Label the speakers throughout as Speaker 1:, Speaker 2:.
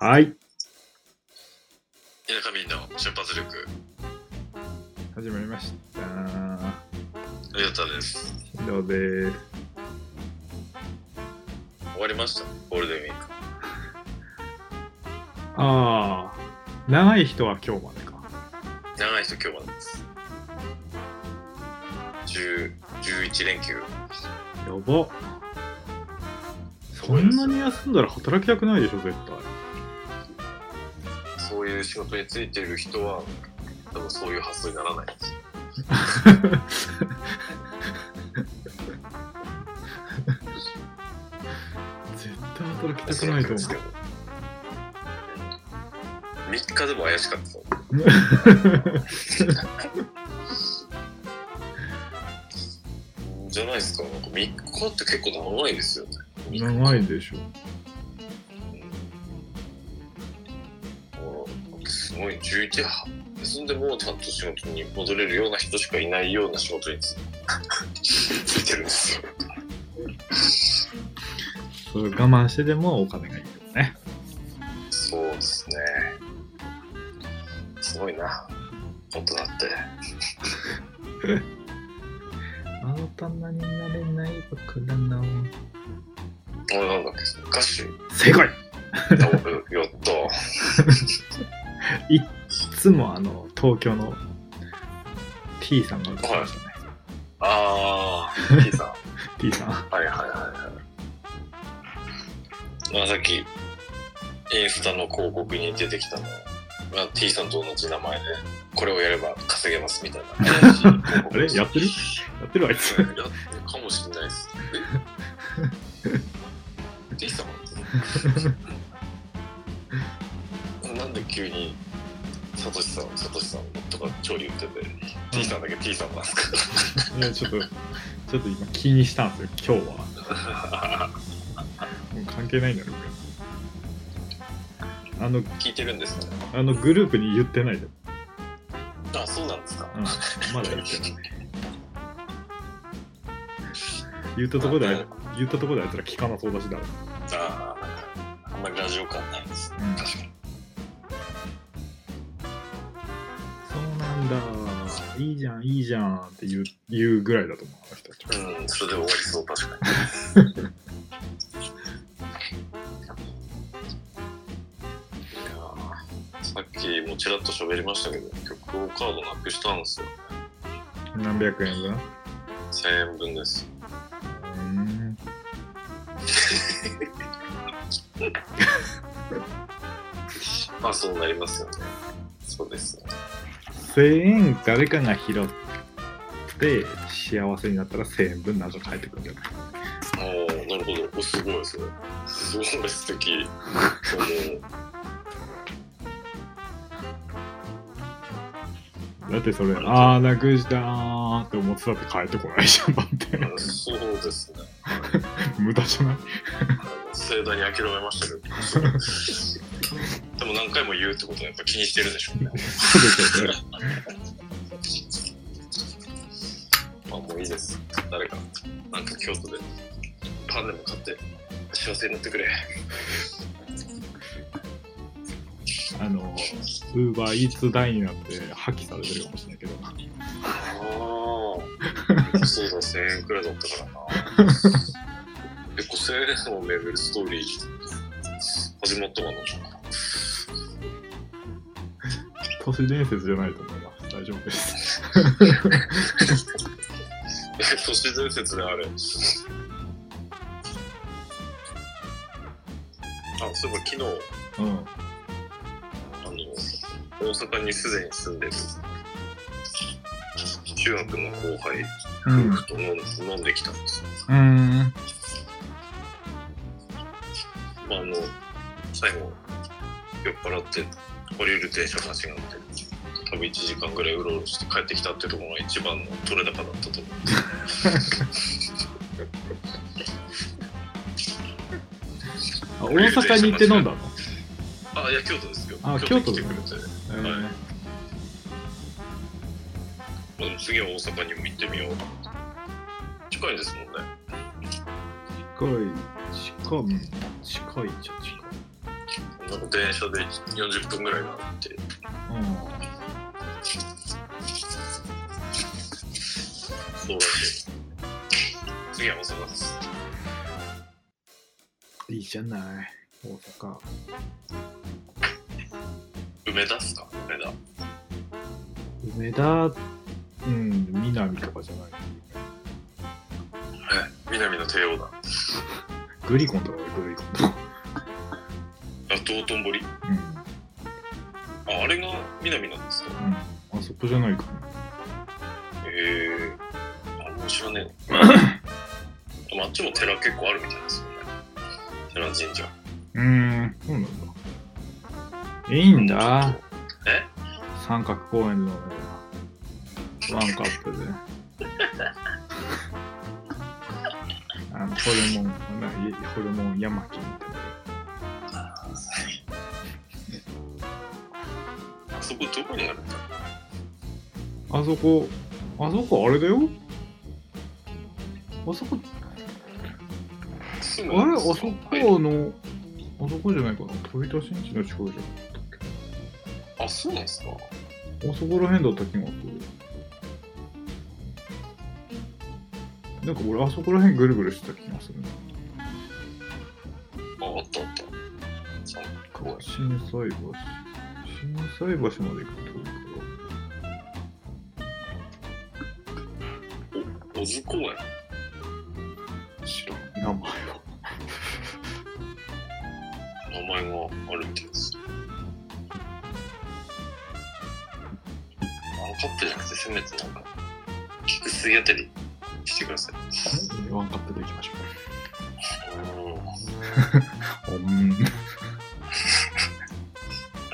Speaker 1: はい。
Speaker 2: 田舎民の瞬発力、
Speaker 1: 始まりました。
Speaker 2: りょうたです。
Speaker 1: どうです。
Speaker 2: 終わりました、ゴールデンウィーク。
Speaker 1: ああ、長い人は今日までか。
Speaker 2: 長い人今日までです。10 11連休。
Speaker 1: やば。
Speaker 2: す
Speaker 1: そ
Speaker 2: ごいで
Speaker 1: ん
Speaker 2: す
Speaker 1: なに休んだら働きたくないでしょ、絶対。
Speaker 2: そういう仕事についている人は、多分そういう発想にならないです。
Speaker 1: 絶対働きたくないと思う。
Speaker 2: 3日でも怪し かった。じゃないですか、なんか3日って結構長いですよね。
Speaker 1: 長いでしょ。
Speaker 2: うんすごい11は休んでもちゃんと仕事に戻れるような人しかいないような仕事につ ついてるんですよ。
Speaker 1: それ我慢してでもお金がいいよね。
Speaker 2: そうですね。すごいな。本当だって。
Speaker 1: あなた何になれない僕だな。
Speaker 2: あれなんだっけ、歌手
Speaker 1: 正解
Speaker 2: だおやった。
Speaker 1: いっつもあの、東京の T さんが歌ってましたね。
Speaker 2: あー、T さん。
Speaker 1: T さん。
Speaker 2: はいはいはいはい。まあさっき、インスタの広告に出てきたの、まあ、T さんと同じ名前で、これをやれば稼げますみたいな怪しい広告。
Speaker 1: あれやってるやってるあいつ
Speaker 2: や。ってるかもしれないです。え T さんなんで急に、サトシさん、サトシさんとか調理言ってて、T さんだけ T さんなんですか
Speaker 1: いやちょっと、ちょっと今気にしたんですよ、今 日は。もう関係ないんだろうけど。あの、
Speaker 2: 聞いてるんですかね
Speaker 1: あのグループに言ってないで。
Speaker 2: あ、そうなんですか
Speaker 1: うん、まだ言ってない。言ったところであい、言ったところであいつら聞かなそうだしだろ。
Speaker 2: ああ、あんまりラジオ感ないですね。
Speaker 1: うん
Speaker 2: 確かに。
Speaker 1: そうなんだ。いいじゃん、いいじゃんって言う言うぐらいだと思う、あの人たちは
Speaker 2: うん、それで終わりそう、確かに。いやーさっきもちらっと喋りましたけど、曲をカードなくしたんですよ。
Speaker 1: 何百円分う
Speaker 2: 1000円分です。
Speaker 1: ーん。
Speaker 2: まあそうなりますよね。そうですよね。
Speaker 1: 1000円誰かが拾って、幸せになったら1000円分なんか返ってくるんじゃない
Speaker 2: おーなるほど。おすごいですね。すごい素敵。その
Speaker 1: だってそれ、ああ、なくしたーって思ってたって帰ってこないじゃん、だって。
Speaker 2: あのそうですね。
Speaker 1: 無駄じゃない
Speaker 2: 盛大に諦めましたけど。 でも何回も言うってことはやっぱ気にしてるでしょうね。
Speaker 1: そうですよね。
Speaker 2: まあもういいです。誰か、なんか京都でパンでも買って幸せになってくれ。
Speaker 1: あの、ウーバーイーツ代になって破棄されてるかもしれないけど、
Speaker 2: ああ。そうだ、1000円くらいだったからな。 え、5000円を巡るストーリー始まったかな
Speaker 1: 都市伝説じゃないと思います。大丈夫です。
Speaker 2: え都市伝説であれ。あ、そういえば昨日、
Speaker 1: うん。
Speaker 2: あの、大阪にすでに住んでる、中学の後輩
Speaker 1: うん。
Speaker 2: と飲ん飲んできたんですよ。
Speaker 1: うん。
Speaker 2: まあ、あの、最後、酔っ払って降りる電車間違って、多分1時間ぐらいうろうろして帰ってきたってところが一番の取れ高だったと思う。
Speaker 1: あ、大阪に行って飲んだの
Speaker 2: あ、いや、京都ですよ。
Speaker 1: あ
Speaker 2: 京都に来
Speaker 1: 京都だ
Speaker 2: てくれて。
Speaker 1: えー
Speaker 2: まあ、でも次は大阪にも行ってみようかな。近いですもんね。
Speaker 1: 近い、近い、近いっちゃ近い。
Speaker 2: なんなんか電車で40分ぐらいがあって
Speaker 1: う
Speaker 2: そうらしい次は大阪です
Speaker 1: ん。いいじゃない。大阪。
Speaker 2: 梅田っすか梅田
Speaker 1: 梅田、うん、南とかじゃない。
Speaker 2: はい南の帝王だ
Speaker 1: グリコンとかだよグリコンとか。
Speaker 2: あ道頓堀
Speaker 1: うん。
Speaker 2: ああれが南なんですか
Speaker 1: うん。あそこじゃないかな。
Speaker 2: へえあんま知らねえなでもあっちも寺結構あるみたいですよね寺神社
Speaker 1: うーん、そうなんだ。いいんだ。
Speaker 2: え
Speaker 1: 三角公園のようなワンカップで。あのホルモン、なホルモン山木みたいな。
Speaker 2: あそこどこにあるんだ
Speaker 1: あそこ、あそこあれだよあそこ、
Speaker 2: す
Speaker 1: あ
Speaker 2: ぐ
Speaker 1: れ
Speaker 2: なん
Speaker 1: あ
Speaker 2: で
Speaker 1: そ
Speaker 2: す
Speaker 1: こ
Speaker 2: かはい
Speaker 1: あの、あそこじゃないかな。飛び出しんちの近いじ
Speaker 2: あそうなんですか
Speaker 1: ゃん。あそこら辺だった気がする。なんか俺、あそこら辺ぐるぐるしてた気がするな。
Speaker 2: ああったあった三角公園
Speaker 1: 心斎橋。心斎橋まで行くってことか。
Speaker 2: お小津公園知ら
Speaker 1: 名
Speaker 2: ん
Speaker 1: 前は。
Speaker 2: 名前があるみたいですワンカップじゃなくてせめてなんか菊水あたりしてください
Speaker 1: ワンカップで行きましょ
Speaker 2: うん
Speaker 1: う。うん。
Speaker 2: あ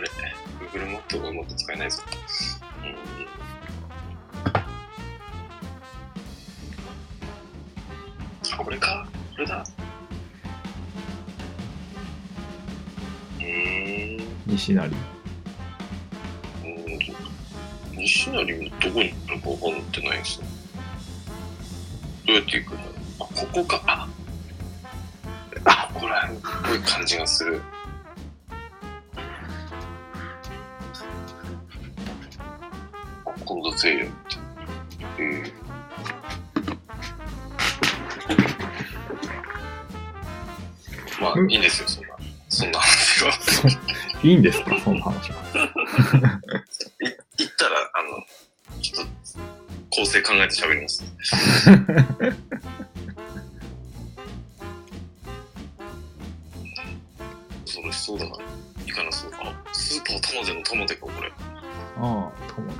Speaker 2: れ Google マップがうまく使えないぞ。うん。あ、これか。これだ。うーん。
Speaker 1: 西成。
Speaker 2: うん西成もどこにあるか分かってないですね。どうやって行くのあ、ここか。あ、あここら辺っぽい感じがする。あ、混雑エリアって。うん。まあ、いいんですよ、そんな。そんな話は。
Speaker 1: いいんですかその話は。
Speaker 2: 行ったら、あの、ちょっと、構成考えて喋ります。恐ろしそうだな。いかなそうか。あスーパー玉手の玉手か、これ。
Speaker 1: ああ、ともで。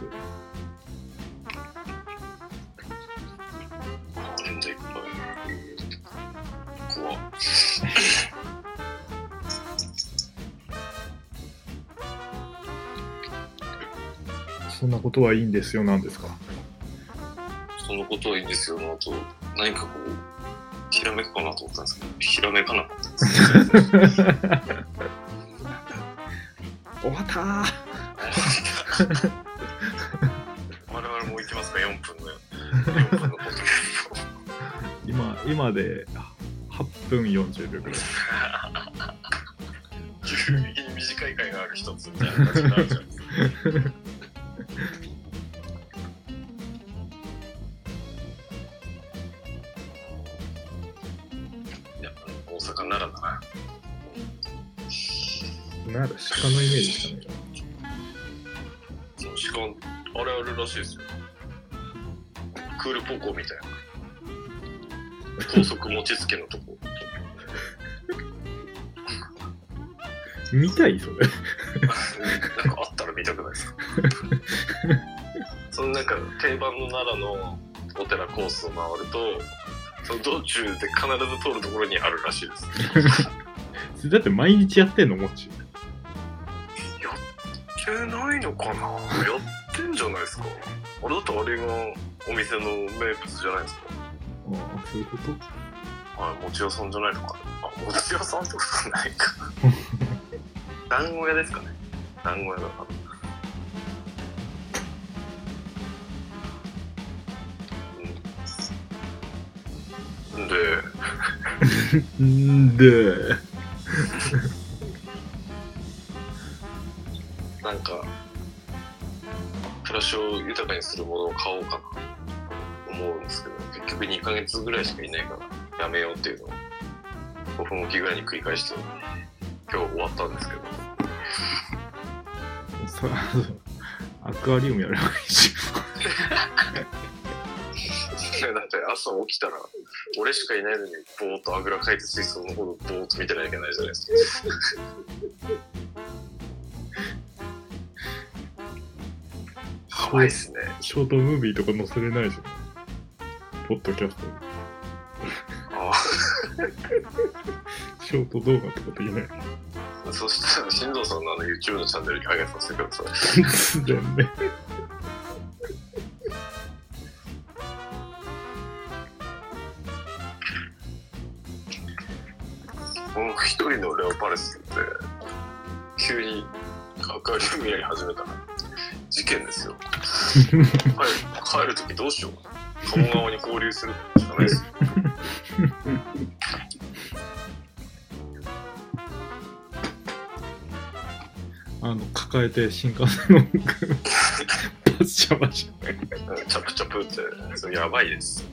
Speaker 2: あレンジいっぱい。怖っ
Speaker 1: そんなことはいいんですよ、なんですか
Speaker 2: そのことはいいんですよなと、何かこう、ひらめくかなと思ったんですけど、ひらめかなかったです。
Speaker 1: 終わったー
Speaker 2: 我々もう行きますか、4分の。4分のことです。
Speaker 1: 今、今であ8分40秒ぐらい。
Speaker 2: 急激に短い回がある一つみたいな感じになるじゃん。やっぱ大阪ならだな。
Speaker 1: なら鹿のイメージしかないか
Speaker 2: その時間、あれあるらしいですよ。クールポコみたいな。高速餅つけのとこ。
Speaker 1: ら。見たいそれ。
Speaker 2: なんかあったら見たくない ですかそのなんか定番の奈良のお寺コースを回るとその道中で必ず通るところにあるらしいです
Speaker 1: それだ って毎日やってんの、もち。
Speaker 2: やってないのかなやってんじゃないですかあれだってあれがお店の名物じゃないですか
Speaker 1: ああ、そういうこと
Speaker 2: あ餅屋さんじゃないのかなあ餅屋さんってことないか団子屋ですかね団子屋だなうん
Speaker 1: ん
Speaker 2: で
Speaker 1: ーで、
Speaker 2: なんか暮らしを豊かにするものを買おうかなと思うんですけど結局2ヶ月ぐらいしかいないからやめようっていうのを5分おきぐらいに繰り返して今日終わったんですけど
Speaker 1: そうそう アクアリウムやればいいし
Speaker 2: だって朝起きたら俺しかいないのにぼーっとあぐらかいて水槽のことぼーっと見てなきゃいけないじゃないですかかわいいっすね
Speaker 1: ショートムービーとか載せれないじゃんポッドキャストに
Speaker 2: あ
Speaker 1: ショート動画とかできない
Speaker 2: あそしたら新藤さんのあの YouTube のチャンネルに上げさせてください
Speaker 1: 突然ね
Speaker 2: 僕一人のレオパレスって急にアクアリウムやり始めたら事件ですよ帰る帰る時どうしようかな鴨川に合流するしかないですよ
Speaker 1: あの抱えて新幹線の バシャバシャ
Speaker 2: チャプチャプってそれやばいです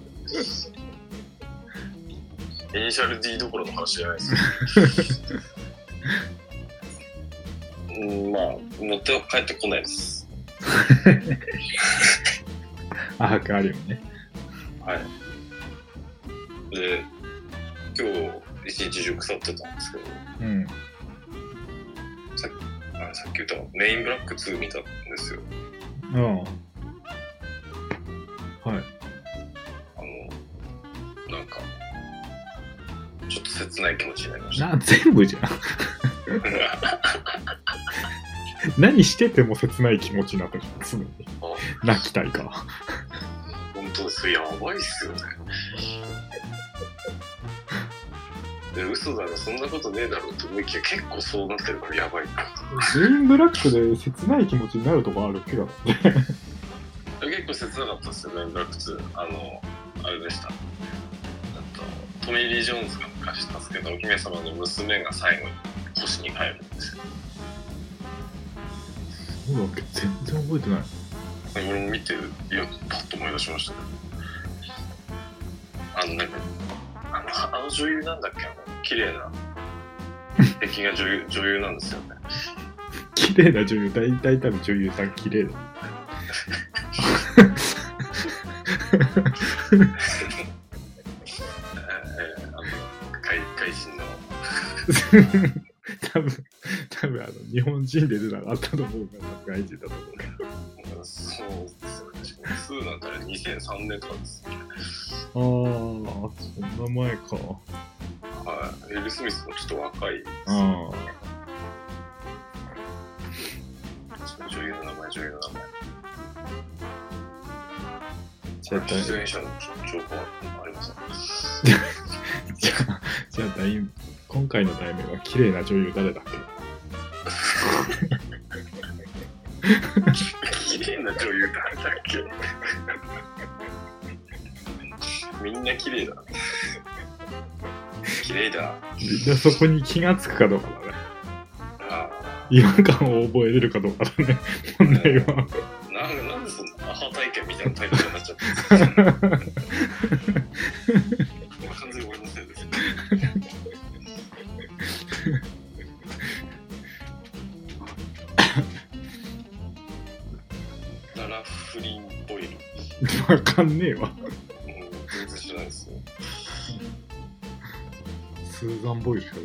Speaker 2: イニシャル D どころの話じゃないですようんまあ持っては帰ってこないです
Speaker 1: アクアリウムね
Speaker 2: はい。で、今日、一日中腐ってたんですけど、
Speaker 1: うん
Speaker 2: あさっき言ったメインブラック2見たんですよ。
Speaker 1: うんはい
Speaker 2: あの、なんか、ちょっと切ない気持ちになりました。
Speaker 1: な全部じゃん何してても切ない気持ちになってる常に
Speaker 2: あ
Speaker 1: 泣きたいから
Speaker 2: 本当ですやばいっすよね。で嘘だろ、そんなことねえだろって思いきや結構そうなってるからやばいな。
Speaker 1: メインブラックで切ない気持ちになるとこあるけど
Speaker 2: 結構切なかったですよ、メンブラック2。あの、あれでした。あとトミー・リー・ジョーンズが昔したんですけど、お姫様の娘が最後に星に帰るんですよ。
Speaker 1: そうだっけ全然覚えてない
Speaker 2: 俺も見て、いや、パッと思い出しましたね。あの、なんか、あのあの女優なんだっけ、あの、綺麗な、 敵が女優女優なんですよね。
Speaker 1: 綺麗な女優大体多分女優さん綺麗だ
Speaker 2: えー、えーあの、外外人の、
Speaker 1: 多分多分あの日本人で出たらあったと思うから外人だと思うか
Speaker 2: そうですよね。2なんか2003年とかですね。
Speaker 1: らああそんな前か
Speaker 2: はい。エル・スミスもちょっと若い。
Speaker 1: あ
Speaker 2: 女優の名前、女優の名前。
Speaker 1: 絶対
Speaker 2: 出演者の情報はありません。
Speaker 1: あじゃあじゃあ題今回の題名は綺麗な女優誰だっけ
Speaker 2: 綺麗な女優誰だっけみんな綺麗だ。綺麗だ。
Speaker 1: みんなそこに気がつくかどうかだね
Speaker 2: あ
Speaker 1: 違和感を覚えれるかどうかだね問題は
Speaker 2: ーなんかなんでそんなアハ体験みたいなタイトルになっちゃったんですか完全に俺のせいです。ララフリンボイル。
Speaker 1: わかんねえわ
Speaker 2: もう全然知らないですよ。
Speaker 1: スーザン・ボイルしかね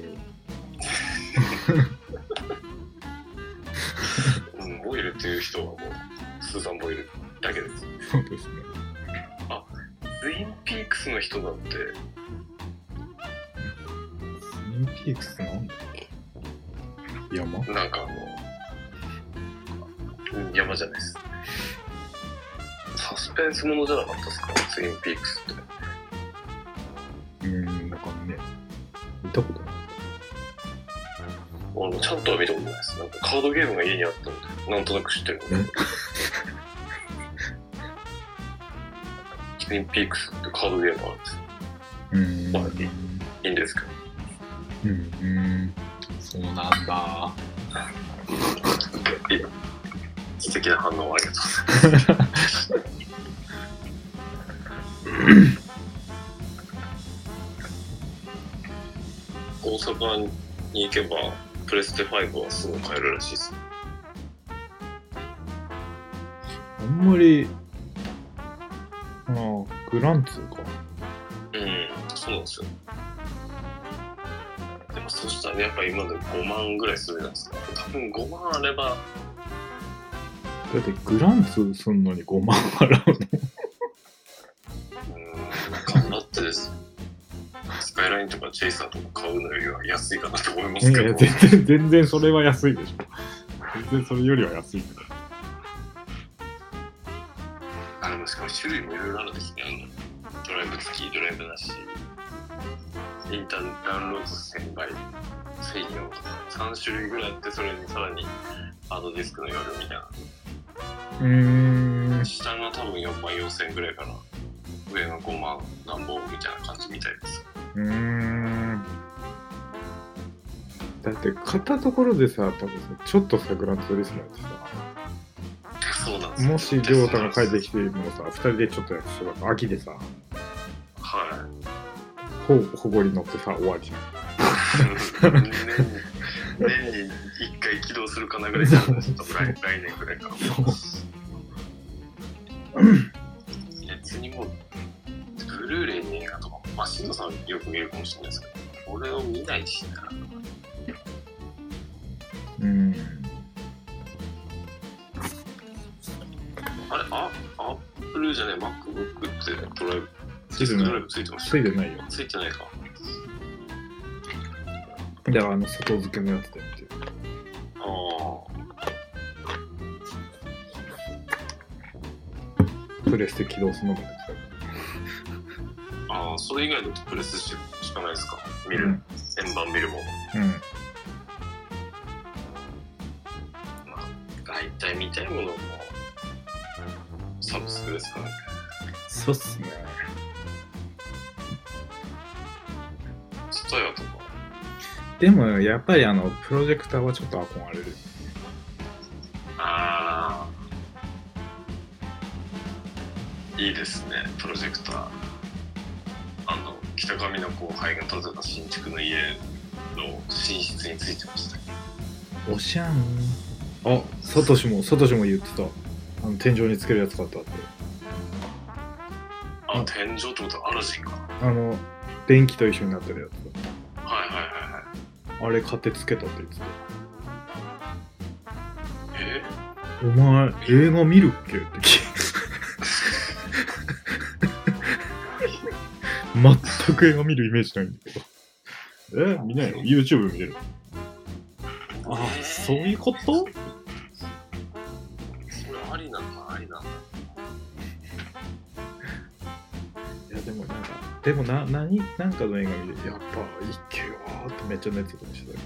Speaker 2: うん、ボイルっていう人はもう、スーザン・ボイルだけです。
Speaker 1: えそうですね
Speaker 2: ツインピークスの人だって、
Speaker 1: スインピークスなんだ山
Speaker 2: なんかあの、うん山じゃないです。サスペンスものじゃなかったですか、ツインピークスって。
Speaker 1: うーん、わかんねえ。見たことない。
Speaker 2: 俺もちゃんとは見たことないです。なんかカードゲームが家にあったんで、なんとなく知ってる
Speaker 1: え。
Speaker 2: ツインピークスってカードゲームあるんですよ。
Speaker 1: うーん
Speaker 2: まあいいいいんですけど。
Speaker 1: うん。うん。そうなんだ。
Speaker 2: いや、素敵な反応をありがとうございます。大阪に行けば、プレステ5はすぐ買えるらしいです。
Speaker 1: あんまり、あの、グランツーか。
Speaker 2: うん、そうなんですよ。でもそしたらやっぱ今で5万ぐらいするじゃないですか。多分5万あれば、
Speaker 1: だってグランツーすんのに5万払うの。
Speaker 2: うん、頑張ってです。スカイラインとかチェイサーとか買うのよりは安いかなと思います
Speaker 1: い
Speaker 2: け
Speaker 1: や
Speaker 2: ど、
Speaker 1: 全然、全然それは安いでしょ。全然それよりは安いけど。
Speaker 2: あれもしかも種類もいろいろあるんですね。あのドライブ付き、ドライブなし、インターダウンロード1000倍、専用とか、3種類ぐらいあって、それにさらにハードディスクの夜みたいな。
Speaker 1: うーん。
Speaker 2: 下が多分4万4000ぐらいかな上が5万何本みたいな感じみたいです
Speaker 1: うーん。だって買ったところでさ、多分さ、ちょっとさ、グランツーリスナーってさ、
Speaker 2: そうなんですよ
Speaker 1: もしりょうたが帰ってきてもさ、二人でちょっとやってしまうと秋でさ、
Speaker 2: は
Speaker 1: ほほぼり乗ってさ、終わりじゃん。
Speaker 2: い年に年に1回起動するかなぐらいなんです多分来来年ぐらいかな別にもうブルーレイの映画とかもまあ新藤さんよく見るかもしれないですけど俺を見ないしな
Speaker 1: うん。
Speaker 2: あれあアップルじゃねえ MacBook ってドライブ
Speaker 1: ついて
Speaker 2: ドラ
Speaker 1: な
Speaker 2: イ
Speaker 1: い
Speaker 2: ブ。ついてました
Speaker 1: ついてないよ。
Speaker 2: ついてないか
Speaker 1: だからあの、砂糖漬けのやつだよっていう。
Speaker 2: ああ
Speaker 1: プレステ起動するのができた
Speaker 2: ああ、それ以外だとプレスししかないですか見る、
Speaker 1: うん
Speaker 2: 円盤見るも
Speaker 1: う
Speaker 2: ん。
Speaker 1: ん。
Speaker 2: まあ、大体見たいものも、サブスクですからね。
Speaker 1: そうっすね。
Speaker 2: ストヤとか、
Speaker 1: でも、やっぱりあの、プロジェクターはちょっと憧れる。
Speaker 2: ああ、いいですね、プロジェクター。あの、北上の後輩が建てた新築の家の寝室についてました。
Speaker 1: おしゃん。あ、サトシも、サトシも言ってた。あの、天井につけるやつ買ったって。
Speaker 2: あ、天井ってことはアラジンかな。
Speaker 1: あの、電気と一緒になってるや
Speaker 2: はいはいはいはい。
Speaker 1: つ。あれ買ってつけたって言ってた。
Speaker 2: え
Speaker 1: お前、映画見るっけって 聞いて。全く映画見るイメージないんだけど。え見ないよ。YouTube 見れる。あ、そういうこと
Speaker 2: それありなんだ、ありなんだ。
Speaker 1: いやでもなんかでもな何なんかの映画見てやっぱ一級よーってめっちゃ熱くしてた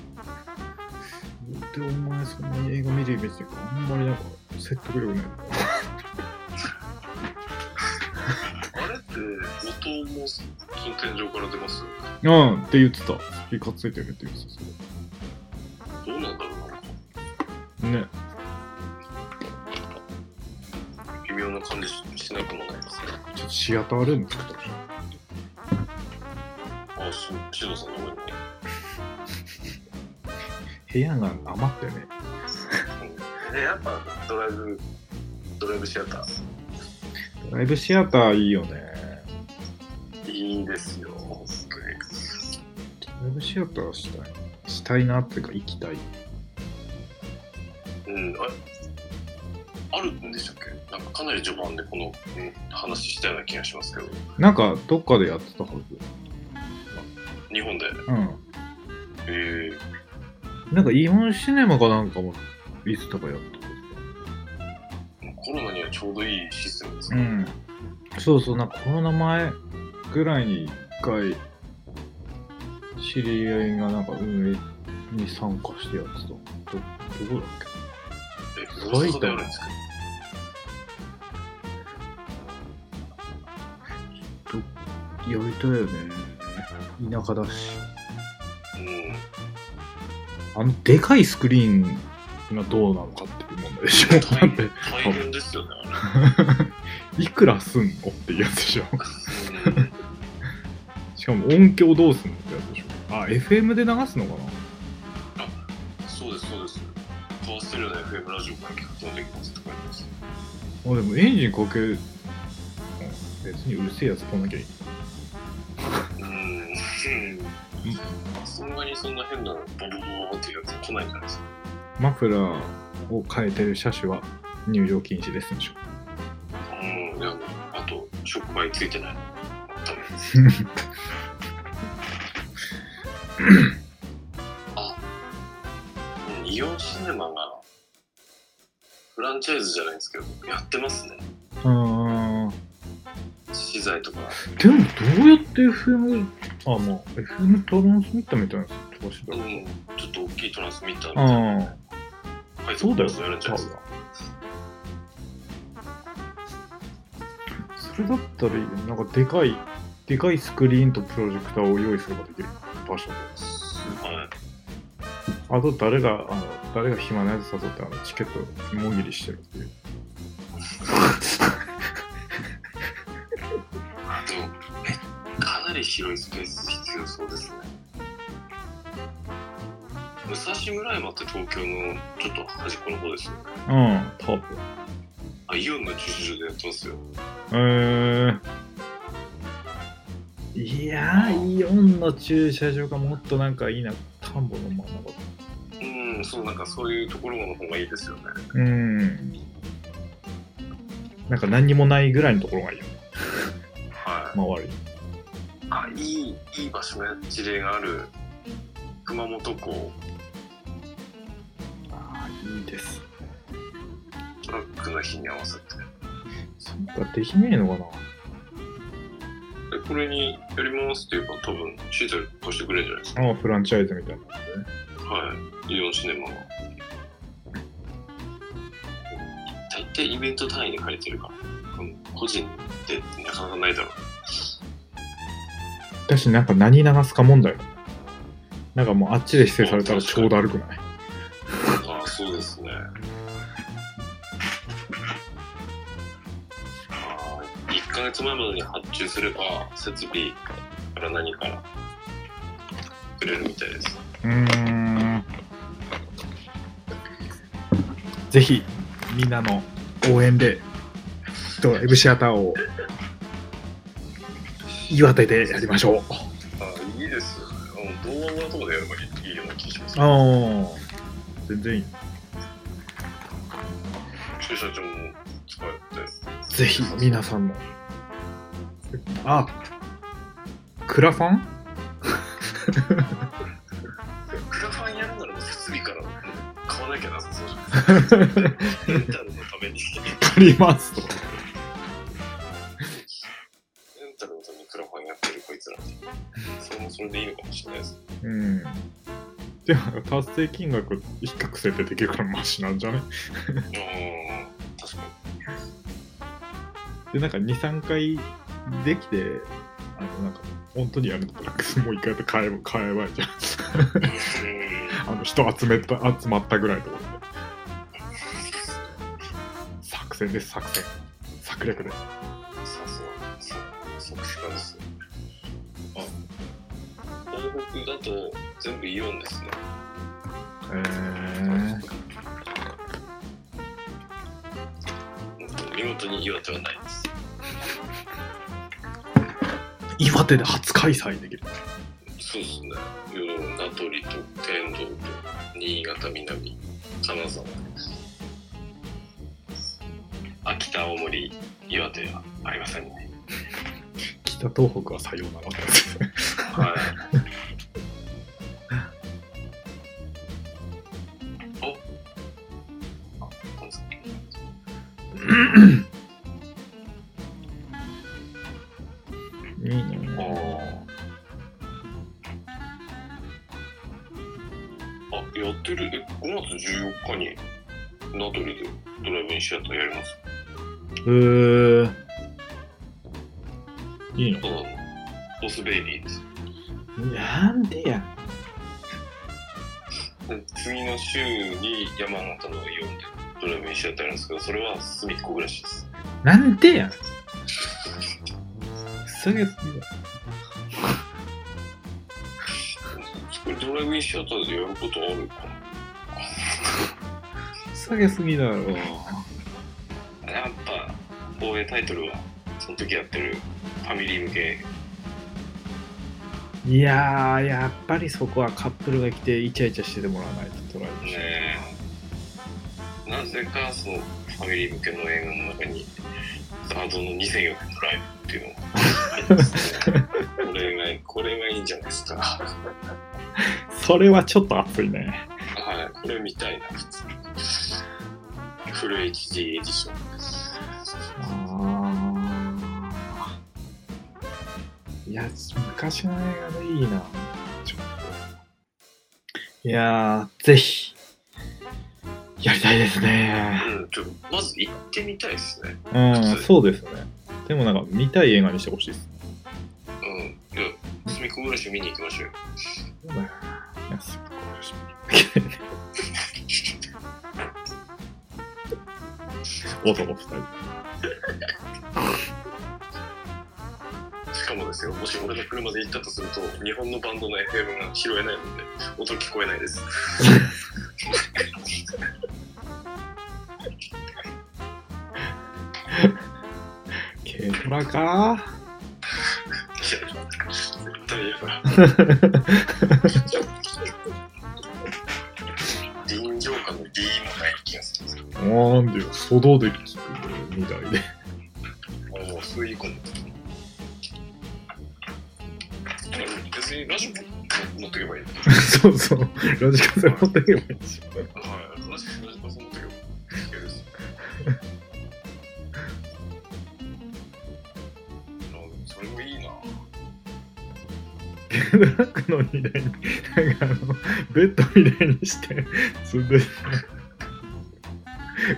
Speaker 1: けどでお前そんなに映画見るイメージなんかあんまりなんか説得力ない
Speaker 2: あれって音もその天井から出ます
Speaker 1: うんって言ってたスピーカーついてるって言ってた
Speaker 2: どうなんだろうなんか
Speaker 1: それね
Speaker 2: 微妙な感じしなくもないですね。
Speaker 1: ちょっとシアタールーム作ったでし
Speaker 2: あ、しシドさんの方にね。
Speaker 1: ょ部屋が余ってね
Speaker 2: え、やっぱドライブ、ドライブシアター、
Speaker 1: ライブシアターいいよね
Speaker 2: いいですよ、本
Speaker 1: ライブシアターしたいしたいなっていうか行きたい
Speaker 2: 当に。うん、あれあるんでしたっけなんかかなり序盤でこの、うん話したような気がしますけど、
Speaker 1: なんかどっかでやってたはず
Speaker 2: 日本で。
Speaker 1: うん
Speaker 2: えー、
Speaker 1: なんかイオンシネマかなんかもいつとかやってた
Speaker 2: コロナにはちょうどいいシステムです
Speaker 1: う
Speaker 2: ね。
Speaker 1: ん、そうそうなんかコロナ前ぐらいに一回知り合いがなんか運営に参加してやってたどどこだっ
Speaker 2: え、
Speaker 1: す
Speaker 2: 大
Speaker 1: ごい
Speaker 2: 阪であるんですか
Speaker 1: けやりたいよね田舎だし
Speaker 2: うん。
Speaker 1: あのでかいスクリーン今どうなのかっていう問題でしょ。だって、
Speaker 2: 大変ですよね、あれ。
Speaker 1: いくらすんのっていうやつでしょ。
Speaker 2: うん
Speaker 1: しかも音響どうすんのってやつでしょ。あ、FM で流すのかな
Speaker 2: そうです、そうです。カーステレオの FM ラジオから聞くことができますって書いてます。
Speaker 1: あでもエンジンかけうん別にうるせえやつ来なきゃいい
Speaker 2: うんうん。そんなにそんな変なボボボボっていうやつ来ないじゃないですか。
Speaker 1: マフラーを変えてる車種は入場禁止ですんでしょ
Speaker 2: うん、いや、あと、触媒ついてない。ダメです。あ、うんイオンシネマが、フランチャイズじゃないですけど、やってますね。
Speaker 1: あ
Speaker 2: 資材とか。
Speaker 1: でもどうやって FM あまあ FM トランスミッターみたいなやつ飛ばして
Speaker 2: う
Speaker 1: た
Speaker 2: ん、ちょっと大きいトランスミッターみたいな。
Speaker 1: ああ
Speaker 2: はい、
Speaker 1: そうだよ
Speaker 2: やるんじゃないですか。
Speaker 1: それだったらいいよねなんかでかいでかいスクリーンとプロジェクターを用意すればできる場所で
Speaker 2: はい。
Speaker 1: あと誰があの誰が暇なやつ誘ってあのチケット芋切りしてる っていう
Speaker 2: あと、えかなり広いスペース必要そうですね。武蔵村山って東京のちょっと端っこの方ですよね。
Speaker 1: うん多分
Speaker 2: あ、イオンの駐車場でやってますよ。
Speaker 1: えー、いやー、イオンの駐車場がもっとなんかいいな、田んぼの真ん中。
Speaker 2: うん、そう、なんかそういうところの方がいいですよね。
Speaker 1: うん。なんか何にもないぐらいのところがいいよ、
Speaker 2: は
Speaker 1: 周り。
Speaker 2: い。あ、いい、いい場所の事例がある熊本港、
Speaker 1: ああ、いいです。
Speaker 2: トラックの日に合わせて。
Speaker 1: そっか、できねえのかな。
Speaker 2: でこれにやりますって言えば多分、資材貸してくれるんじゃないですか。
Speaker 1: ああ、フランチャイズみたいな。
Speaker 2: はい。イオンシネマは。大体イベント単位で借りてるから、うん個人でなかなかないだろう。
Speaker 1: だし、なんか何流すか問題だよなんかもうあっちで指定されたらちょうど悪くない。
Speaker 2: ああ、そうですね。ああ、1ヶ月前までに発注すれば、設備から何からくれるみたいです。
Speaker 1: うーん。ぜひ、みんなの応援で、ドライブシアターを岩手でやりましょう。
Speaker 2: ああ、いいですよね。あの動画のとこでやればいいような気がします。
Speaker 1: ああ、全然いい。
Speaker 2: 駐車場も使えて。
Speaker 1: ぜひ、皆さんも。あ、クラファン
Speaker 2: クラファンやるなら設備から買わなきゃなさそうじゃないですか。レンタルのために、レ
Speaker 1: ありますと。
Speaker 2: ンタルのためにクラファンやってるこいつら。それもそれでいいのかもしれないです。
Speaker 1: うん。でも、達成金額、比較性でできるからマシなんじゃね
Speaker 2: ああ、確かに。
Speaker 1: で、なんか2、3回できて、あの、なんか、本当にやるんだったら、もう一回やって買えば、買えばいいじゃん。あの、人集めた、集まったぐらいと思って。作戦です、作戦。策略で。
Speaker 2: さすが、さ作詞家ですね。あ、東北だと全部イオンですね。
Speaker 1: えー、
Speaker 2: うん見事に岩手はないです。
Speaker 1: 岩手で初開催できる。
Speaker 2: そうですね。イオン、名取と天童と新潟南、金沢。秋田、青森、岩手はありませんね。
Speaker 1: 北東北はさようならってやつですね。
Speaker 2: はい。おあ、なんですか
Speaker 1: いいね。
Speaker 2: ああ、やってる。え、5月14日に、名取でドライブインシアターやります。
Speaker 1: えー、いいの
Speaker 2: ただの、ボスベイビーです。
Speaker 1: なんでや。
Speaker 2: で次の週に山形のイオンでドライブインしてたんですけどそれは隅っこ暮らしです
Speaker 1: なんでやんそれがすぎだ
Speaker 2: これドライブインシアターでやることあるか
Speaker 1: それがすぎだろう
Speaker 2: なやっぱ防衛タイトルはその時やってるファミリー向け
Speaker 1: いやーやっぱりそこはカップルが来てイチャイチャしててもらわないとトライブし
Speaker 2: ねなぜかそのファミリー向けの映画の中にザードの2004年のライブっていうのが入ってますねこれがこれがいいんじゃないですかは
Speaker 1: それはちょっと熱いね
Speaker 2: いこれ見たいな普通にフル HD エディション
Speaker 1: あーいや、昔の映画でいいな。ちょっといやー、ぜひ、やりたいですね。
Speaker 2: うんちょっとまず行ってみたいですね
Speaker 1: うん、そうですね。でもなんか、見たい映画にしてほしいです。
Speaker 2: うんいや隅っこ暮らし見に行きましょうよ
Speaker 1: いやすごい 楽しみ男二人。
Speaker 2: しかもですよ、もし俺の車で行ったとすると、日本のバンドの FM が拾えないので、音聞こえないです。
Speaker 1: 軽トラか
Speaker 2: いや、絶対嫌だ。 臨場感の D もない気がす
Speaker 1: な
Speaker 2: る。
Speaker 1: んでよ、ソロで聞くみたいで。
Speaker 2: あもうそういうこと。別にラジオ持ってけばいい。はい、
Speaker 1: そうそう、ラジカセ持ってけばいいし。
Speaker 2: ラジオラジオ持ってけばいいけるし。あでもそれもいいな。
Speaker 1: トラックの荷台に、なんかあの、ベッドみたいにして、積んで、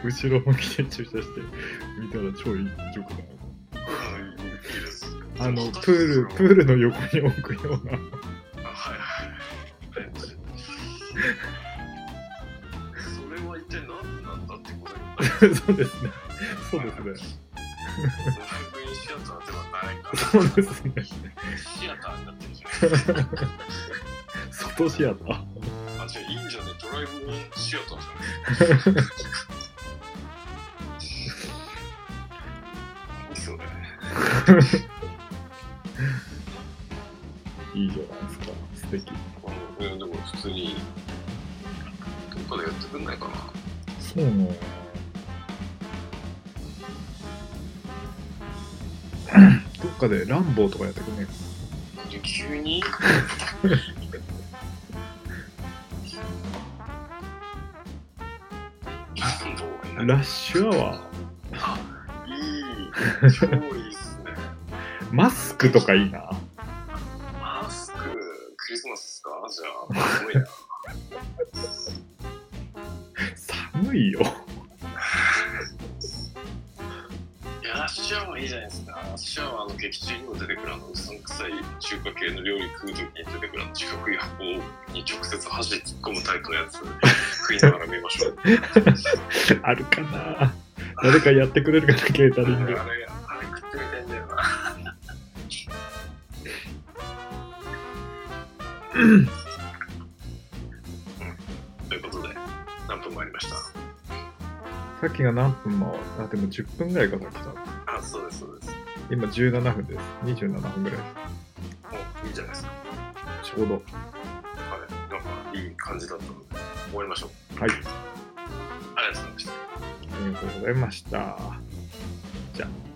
Speaker 1: 後ろ向きで駐車して、見たら超いい曲だよ。あの、プール、プー
Speaker 2: ル。
Speaker 1: ルの横に置くような。
Speaker 2: はいはい。それは一体何なんだってことに。
Speaker 1: そうですね。そうですね。
Speaker 2: ドライブインシアターではないから。
Speaker 1: そうですね。
Speaker 2: シアターになってるじゃ
Speaker 1: 外シアター。
Speaker 2: ん。あ、じゃあいいんじゃねドライブインシアターじゃない。そうだね。
Speaker 1: いいじゃないですか。素敵。
Speaker 2: うんいやでも普通に。どっかでやってくんないかな。
Speaker 1: そうなの。どっかでランボーとかやってくんねえか
Speaker 2: で急 に
Speaker 1: なラッシュアワー。
Speaker 2: いい超いいっすね
Speaker 1: マスクとかいいな。
Speaker 2: マスククリスマスですかじゃあす ごいな
Speaker 1: 寒いよ。
Speaker 2: いやラッシュアワーいいじゃないですかラッシュアワーの劇中にも出てくるあのうさんくさい中華系の料理食う時に出てくるあの四角い箱に直接箸突っ込むタイプのやつ食いながら見ましょう
Speaker 1: あるかな。誰かやってくれるかな、ケータ
Speaker 2: あれ
Speaker 1: リング。
Speaker 2: あれ食ってみたいんだよなということで何分もありました
Speaker 1: さっきが何分も、あ、でも10分ぐらいかさっきだ。
Speaker 2: あそうですそうです
Speaker 1: 今17分です。27分ぐらいで
Speaker 2: おいいじゃないですか
Speaker 1: す。ちょうど。
Speaker 2: はいなんかいい感じだったので終わりましょう
Speaker 1: はい。
Speaker 2: ありがとうございました
Speaker 1: ありがとうございました。じゃあ。